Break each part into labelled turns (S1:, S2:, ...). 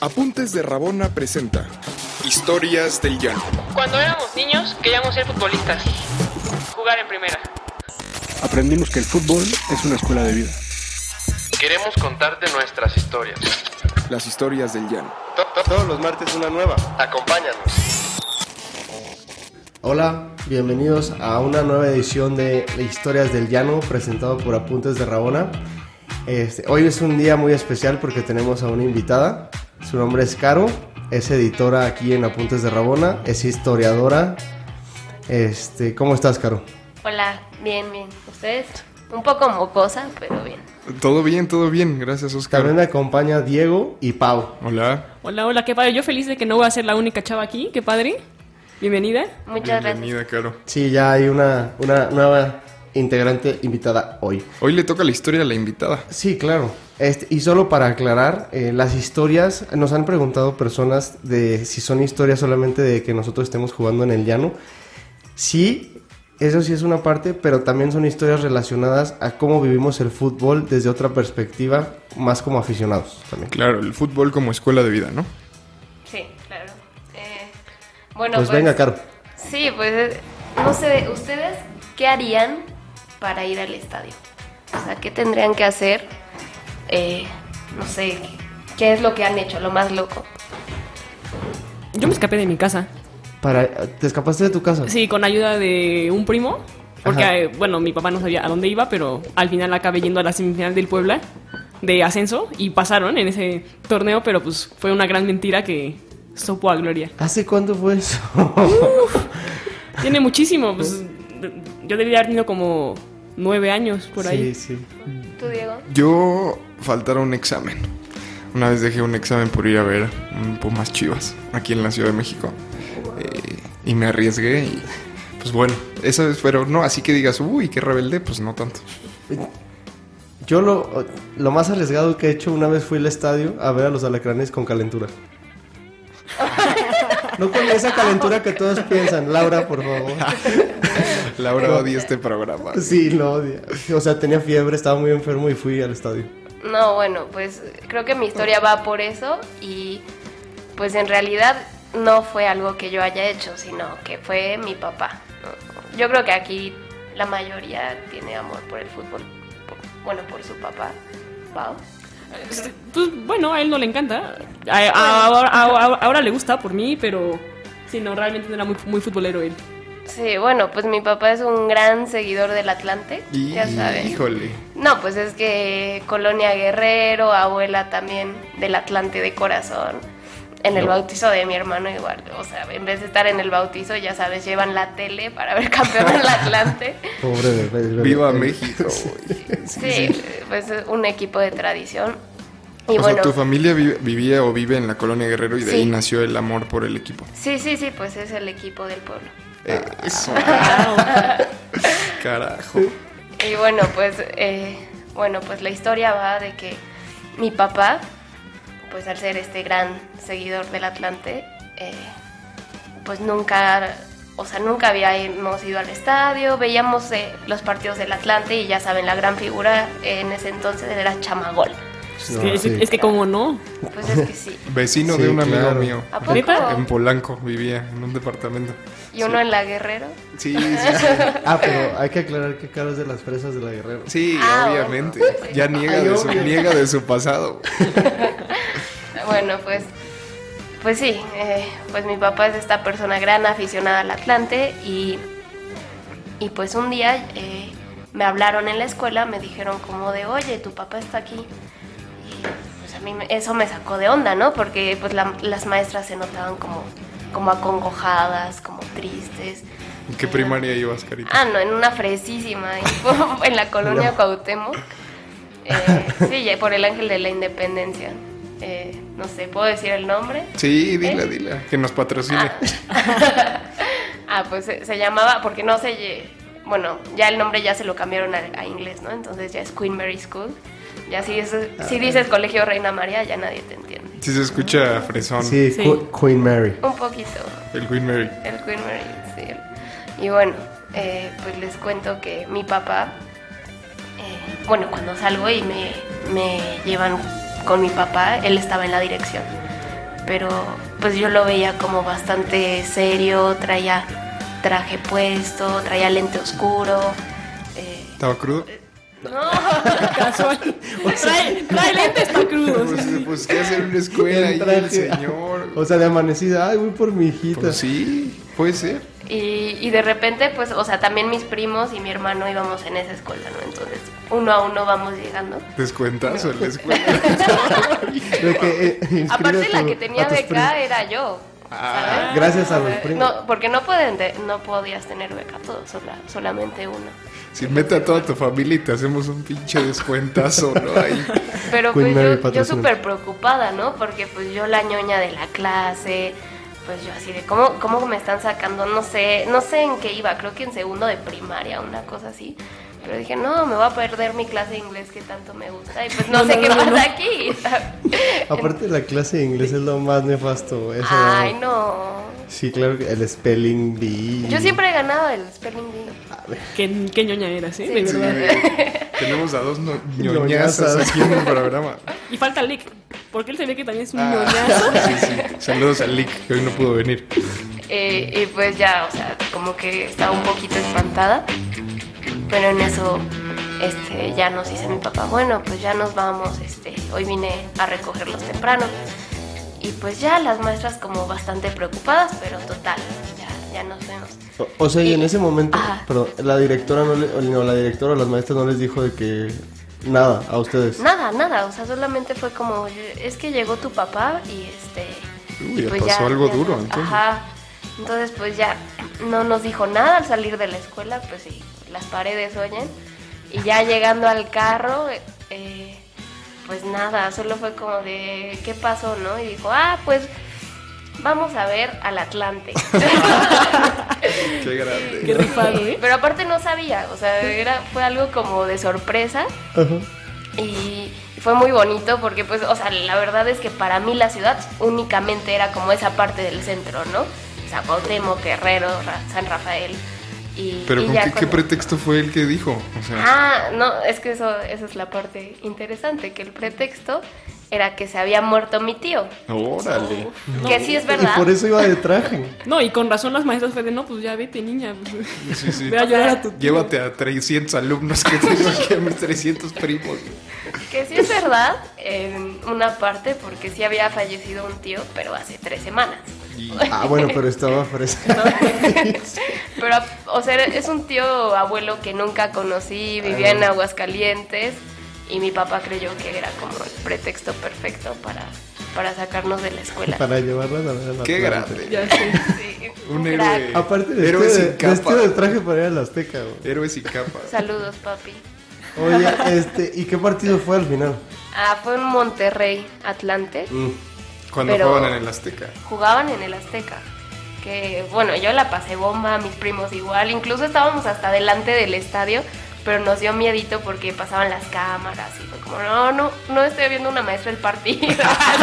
S1: Apuntes de Rabona presenta Historias del Llano.
S2: Cuando éramos niños queríamos ser futbolistas, jugar en primera.
S3: Aprendimos que el fútbol es una escuela de vida.
S4: Queremos contarte nuestras historias.
S1: Las historias del Llano.
S4: Top, top. Todos los martes una nueva. Acompáñanos.
S5: Hola, bienvenidos a una nueva edición de Historias del Llano presentado por Apuntes de Rabona. Este, hoy es un día muy especial porque tenemos a una invitada. Su nombre es Caro, es editora aquí en Apuntes de Rabona, es historiadora. Este, ¿Cómo estás, Caro?
S6: Hola, bien, bien. ¿Ustedes? Un poco mocosa, pero bien.
S1: Todo bien, todo bien. Gracias, Oscar.
S5: También me acompaña Diego y Pau.
S1: Hola.
S7: Hola, hola, qué padre. Yo feliz de que no voy a ser la única chava aquí. Qué padre. Bienvenida.
S6: Muchas
S1: Bienvenida,
S6: gracias.
S1: Caro.
S5: Sí, ya hay una, una nueva integrante invitada hoy.
S1: Hoy le toca la historia a la invitada.
S5: Sí, claro. Este, y solo para aclarar, eh, las historias, nos han preguntado personas de si son historias solamente de que nosotros estemos jugando en el llano. Sí, eso sí es una parte, pero también son historias relacionadas a cómo vivimos el fútbol desde otra perspectiva, más como aficionados también.
S1: Claro, el fútbol como escuela de vida, ¿no?
S6: Sí, claro. Eh, bueno,
S5: Pues venga, Caro.
S6: Sí, pues eh, no sé, ¿ustedes qué harían para ir al estadio? O sea, ¿qué tendrían que hacer? Eh, no sé, ¿qué es lo que han hecho? Lo más loco.
S7: Yo me escapé de mi casa.
S5: Para, ¿Te escapaste de tu casa?
S7: Sí, con ayuda de un primo. Porque,
S5: Ajá.
S7: eh, bueno, mi papá no sabía a dónde iba, pero al final acabé yendo a la semifinal del Puebla de ascenso y pasaron en ese torneo, pero pues fue una gran mentira que sopo a gloria.
S5: ¿Hace cuánto fue eso?
S7: Tiene muchísimo, pues yo debía haber tenido como nueve años por ahí.
S5: Sí, sí.
S6: ¿Tú, Diego?
S1: Yo faltara un examen. Una vez dejé un examen por ir a ver un Pumas Chivas aquí en la Ciudad de México. Eh, y me arriesgué y pues bueno, eso es, pero no, así que digas, uy, qué rebelde, pues no tanto.
S5: Yo lo, lo más arriesgado que he hecho una vez fui al estadio a ver a los alacranes con calentura. No con esa calentura que todos piensan, Laura, por favor.
S1: Laura odia este programa.
S5: Sí, lo odia. O sea, tenía fiebre, estaba muy enfermo y fui al estadio.
S6: No, bueno, pues creo que mi historia va por eso y pues en realidad no fue algo que yo haya hecho, sino que fue mi papá. ¿no? Yo creo que aquí la mayoría tiene amor por el fútbol, por- bueno, por su papá. Pau.
S7: Pues bueno, a él no le encanta. A-
S5: Ah,
S7: a- ahora, ahora- ahora le gusta por mí, pero sí, no, realmente no era muy, muy futbolero él.
S6: Sí, bueno, pues mi papá es un gran seguidor del Atlante,
S1: Y,
S6: ya saben.
S1: híjole.
S6: No, pues es que Colonia Guerrero, abuela también del Atlante de corazón. En el
S1: No.
S6: bautizo de mi hermano igual, o sea, en vez de estar en el bautizo, ya sabes, llevan la tele para ver campeón del Atlante.
S5: Pobre bebé. el bebé.
S1: Viva
S5: El-
S1: México. güey.
S6: Sí, pues es un equipo de tradición. Y
S1: o
S6: bueno,
S1: sea, tu familia vi- vivía o vive en la colonia Guerrero y de
S6: Sí.
S1: ahí nació el amor por el equipo.
S6: sí, sí, sí, pues es el equipo del pueblo.
S1: Eso. Carajo.
S6: Y bueno, pues, eh, bueno, pues la historia va de que mi papá, pues al ser este gran seguidor del Atlante, eh, pues nunca, o sea, nunca habíamos ido al estadio, veíamos eh, los partidos del Atlante y ya saben, la gran figura en ese entonces era Chamagol.
S7: Es
S5: No,
S7: que- es,
S5: sí.
S7: es que como no.
S6: Pues es que sí.
S1: Vecino
S5: Sí,
S1: de un amigo
S5: claro.
S1: mío.
S6: ¿A poco?
S1: En Polanco vivía, en un departamento.
S6: Y uno en la Guerrero.
S1: Sí, sí, sí.
S5: Ah, pero hay que aclarar que Caro es de las fresas de la Guerrero.
S1: Sí,
S6: Ah,
S1: obviamente.
S6: bueno.
S1: Ya niega,
S5: Ay,
S1: de su,
S5: obvio.
S1: niega de su pasado.
S6: Bueno, pues, pues sí, eh, pues mi papá es esta persona gran aficionada al Atlante y, y pues un día eh, me hablaron en la escuela, me dijeron como de, oye, tu papá está aquí. Y pues a mí me- eso me sacó de onda, ¿no? Porque pues la- las maestras se notaban como, como acongojadas, como tristes.
S1: ¿En qué
S6: Eh,
S1: primaria ibas, Carita?
S6: Ah, no, en una fresísima, ahí, en la colonia Cuauhtémoc. Eh, sí, ya por el Ángel de la Independencia. Eh, no sé, ¿puedo decir el nombre?
S1: Sí, dila,
S6: ¿Eh?
S1: dila. Que nos patrocine.
S6: Ah, Ah, pues se, se llamaba, porque no sé, ye- bueno, ya el nombre ya se lo cambiaron a, a inglés, ¿no? Entonces ya es Queen Mary School. Ya si, es- si dices Colegio Reina María, ya nadie te entiende.
S1: Sí se escucha fresón.
S5: Sí,
S7: Sí.
S5: Cu- Queen Mary.
S6: Un poquito.
S1: El Queen Mary.
S6: El Queen Mary, sí. Y bueno, eh, pues les cuento que mi papá, eh, bueno, cuando salgo y me, me llevan con mi papá, él estaba en la dirección. pero pues yo lo veía como bastante serio, traía traje puesto, traía lente oscuro. eh,
S1: ¿Estaba crudo?
S6: no,
S7: Casual. trae, trae lentes, está crudo.
S1: Pues, pues, ¿qué hacer en una escuela ahí
S5: El
S1: el
S5: traje.
S1: señor?
S5: O sea, de amanecida, ay, voy por mi hijita.
S1: Pues sí, puede ser.
S6: Y, y de repente, pues, o sea, también mis primos y mi hermano íbamos en esa escuela, ¿no? Entonces, uno a uno vamos llegando.
S1: Descuentazo en la escuela.
S5: De que, eh, inscribe
S6: Aparte,
S5: a
S6: la
S5: tu-
S6: que tenía
S5: a tus
S6: beca
S5: primos.
S6: era yo.
S1: Ah,
S6: ¿sabes?
S5: gracias a los primos.
S6: No, porque no, pueden te- no podías tener beca todos, sola- solamente uno.
S1: Si mete a toda tu familia y te hacemos un pinche descuentazo, ¿no? Ahí.
S6: Pero
S5: Queen
S6: pues
S5: Mary
S6: yo- yo,
S5: patrocina.
S6: súper preocupada, ¿no? Porque pues yo la ñoña de la clase, pues yo así de cómo, cómo me están sacando, no sé, no sé en qué iba, creo que en segundo de primaria, una cosa así. Pero dije, no, me voy a perder mi clase de inglés que tanto me gusta y pues no,
S7: No,
S6: sé
S7: no,
S6: qué
S7: no,
S6: pasa
S7: no.
S6: aquí.
S5: Aparte, la clase de inglés es lo más nefasto. Eso,
S6: Ay, no.
S5: Sí, claro, que el spelling bee.
S6: Yo siempre he ganado el spelling bee.
S7: Qué, qué ñoña eras, ¿eh? De
S1: Sí,
S7: verdad.
S1: güey. tenemos a dos no- ñoñazas
S5: Ñoñazas.
S1: aquí en el programa.
S7: Y falta Lick. Porque él se ve que también es un
S1: Ah,
S7: ñoñazo.
S1: sí, sí. Saludos a Lick, que hoy no pudo venir.
S6: Eh, y pues ya, o sea, como que estaba un poquito espantada. Pero en eso este, ya nos dice mi papá, bueno, pues ya nos vamos, este, hoy vine a recogerlos temprano. Y pues ya las maestras como bastante preocupadas, pero total, ya, ya nos vemos.
S5: O, o sea, y en ese momento,
S6: Ajá.
S5: perdón, la directora no, le, o no, la directora o las maestras no les dijo de que nada a ustedes.
S1: pues.
S6: Nada, nada, o sea, solamente fue como, es que llegó tu papá y este...
S1: Uy,
S6: y
S1: ya pasó algo duro,
S6: nos-
S1: entonces.
S6: Ajá, entonces pues ya no nos dijo nada al salir de la escuela, pues sí, las paredes oyen. Y ya llegando al carro, eh, pues nada, solo fue como de, ¿qué pasó, no? Y dijo, ah, pues vamos a ver al Atlante.
S1: Qué grande.
S7: Qué rifado, ¿eh?
S6: Pero aparte no sabía, o sea, era, fue algo como de sorpresa. Y fue muy bonito porque, pues, o sea, la verdad es que para mí la ciudad únicamente era como esa parte del centro, ¿no? O sea, Cuauhtémoc, Guerrero, Ra- San Rafael. Y,
S1: Pero
S6: y
S1: ¿con
S6: ya
S1: qué, qué
S6: cuando-
S1: pretexto fue el que dijo? O sea,
S6: Ah, no, es que eso, esa es la parte interesante, que el pretexto era que se había muerto mi tío.
S1: órale.
S6: que sí es
S5: Y
S6: verdad.
S5: por eso iba de traje.
S7: No, y con razón las maestras fue de, no, pues ya vete, niña. Pues,
S1: Sí, sí.
S7: Ve a llorar a tu tío".
S1: Llévate a 300 alumnos que tengo aquí, a mis 300 primos.
S6: Que sí es verdad, en una parte, porque sí había fallecido un tío, pero hace tres semanas.
S1: Y
S5: Ah, bueno, pero estaba fresa.
S6: Pero, o sea, es un tío abuelo que nunca conocí, vivía
S1: Ah.
S6: en Aguascalientes y mi papá creyó que era como el pretexto perfecto para, para sacarnos de la escuela.
S5: para llevarlas a ver a la
S1: qué
S5: planta.
S1: grande.
S7: ya sé.
S6: Sí,
S1: Un
S6: crack.
S1: héroe.
S5: Aparte de
S1: Héroe sin
S5: este,
S1: capa.
S5: de traje para ir a la Azteca, güey.
S1: Héroe sin capa.
S6: Saludos, papi.
S5: Oye, este, ¿y qué partido fue al final?
S6: Ah, fue en Monterrey, Atlante.
S5: Mm.
S1: Cuando
S6: Pero-
S1: jugaban en el Azteca.
S6: Jugaban en el Azteca. Que bueno, yo la pasé bomba, mis primos igual. Incluso estábamos hasta delante del estadio, pero nos dio miedito porque pasaban las cámaras y fue como, no, no, no estoy viendo una maestra el partido.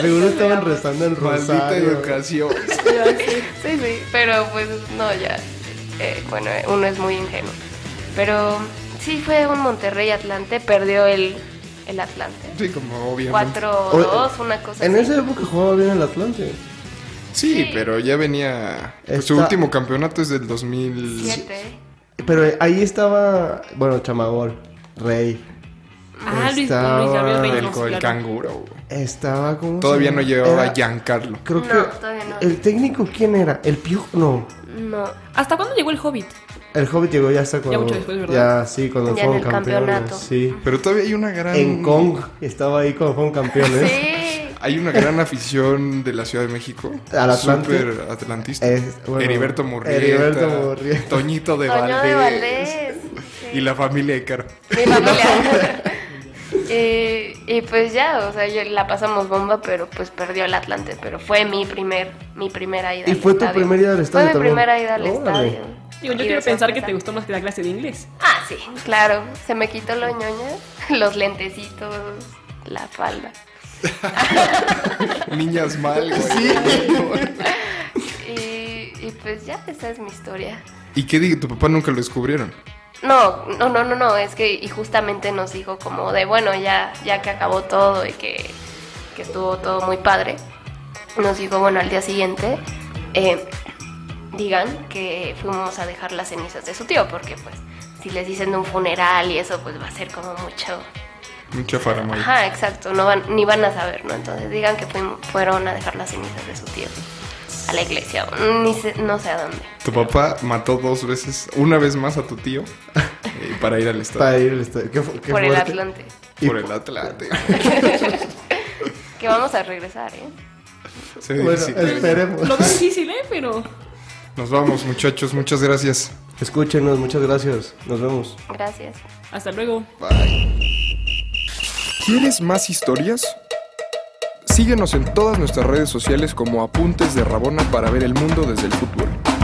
S5: Seguro estaban rezando el
S1: Maldita
S5: rosario.
S1: educación.
S6: Sí, sí, pero pues no, ya. eh, bueno, eh, uno es muy ingenuo. Pero sí fue un Monterrey Atlante, perdió el, el Atlante.
S1: Sí, como obviamente.
S6: 4-2, una cosa
S5: En
S6: así.
S5: esa época jugaba bien el Atlante.
S1: Sí,
S6: Sí.
S1: pero ya venía. pues, su
S5: Está-
S1: último campeonato es del 2000.
S6: Siete.
S5: Pero ahí estaba, bueno, Chamagol, Rey.
S7: Ah, Luis, Luis
S5: Estaba
S7: Gabriel
S5: el
S1: El,
S7: Reynoso.
S1: co- el
S7: claro.
S1: canguro. güey.
S5: Estaba como.
S1: Todavía no llevaba
S5: Era-
S1: a Giancarlo.
S5: Creo
S6: No,
S5: que.
S6: todavía no.
S5: ¿El técnico quién era? ¿El Piojo? No.
S6: No,
S7: ¿Hasta cuándo llegó el Hobbit?
S5: El Hobbit llegó ya hasta cuando.
S7: mucho después, ¿verdad?
S5: ya, sí, cuando
S6: Ya en
S5: fueron
S6: el
S5: campeones.
S6: campeonato.
S5: Sí.
S1: Pero todavía hay una gran.
S5: En Kong estaba ahí cuando fueron campeones. ¿Eh?
S6: sí.
S1: Hay una gran afición de la Ciudad de México.
S5: Al Atlante.
S1: Súper atlantista.
S5: Es- bueno,
S1: Heriberto Murrieta.
S5: Heriberto Murrieta.
S1: Toñito de
S6: Toño
S1: Valdés.
S6: de Valdés.
S1: Y la familia de Caro.
S6: Mi familia. Eh, y pues ya, o sea, yo- la pasamos bomba, pero pues perdió el Atlante. Pero fue mi primer, mi primera ida
S5: ¿Y
S6: al
S5: fue tu
S6: estadio.
S5: primera ida al estadio
S6: Fue mi
S5: también?
S6: primera ida al
S5: Órale.
S6: estadio.
S7: Digo,
S6: Y
S7: yo
S6: de
S7: quiero pensar que
S6: sorpresa.
S7: te gustó más que la clase de inglés.
S6: Ah, sí, claro. Se me quitó lo ñoña, los lentecitos, la falda.
S1: Niñas mal, güey.
S6: Y, y pues ya, esa es mi historia.
S1: ¿Y qué digo? ¿Tu papá nunca lo descubrieron?
S6: No, no, no, no, no, es que y justamente nos dijo como de, bueno, ya, ya que acabó todo y que que estuvo todo muy padre, nos dijo, bueno, al día siguiente, eh, digan que fuimos a dejar las cenizas de su tío, porque pues si les dicen de un funeral y eso, pues va a ser como mucho...
S1: Mucha faramaya.
S6: Ajá, exacto, no van, ni van a saber, ¿no? Entonces digan que fuim- fueron a dejar las cenizas de su tío a la iglesia, o ni sé- no sé a dónde.
S1: Tu papá mató dos veces, una vez más a tu tío eh, para ir al
S5: Para
S1: estadio.
S5: ir al estadio. Qué fu- qué
S6: por el
S5: fuerte.
S6: Atlante.
S5: Y-
S1: Por el Atlante.
S6: Que vamos a regresar, ¿eh?
S1: Se
S5: Bueno,
S1: dice,
S5: esperemos.
S7: Lo veo difícil, ¿eh? Pero
S1: Nos vamos, muchachos. Muchas gracias.
S5: Escúchenos, muchas gracias. Nos vemos.
S6: Gracias.
S7: hasta luego.
S8: ¿Quieres más historias? Síguenos en todas nuestras redes sociales como Apuntes de Rabona para ver el mundo desde el fútbol.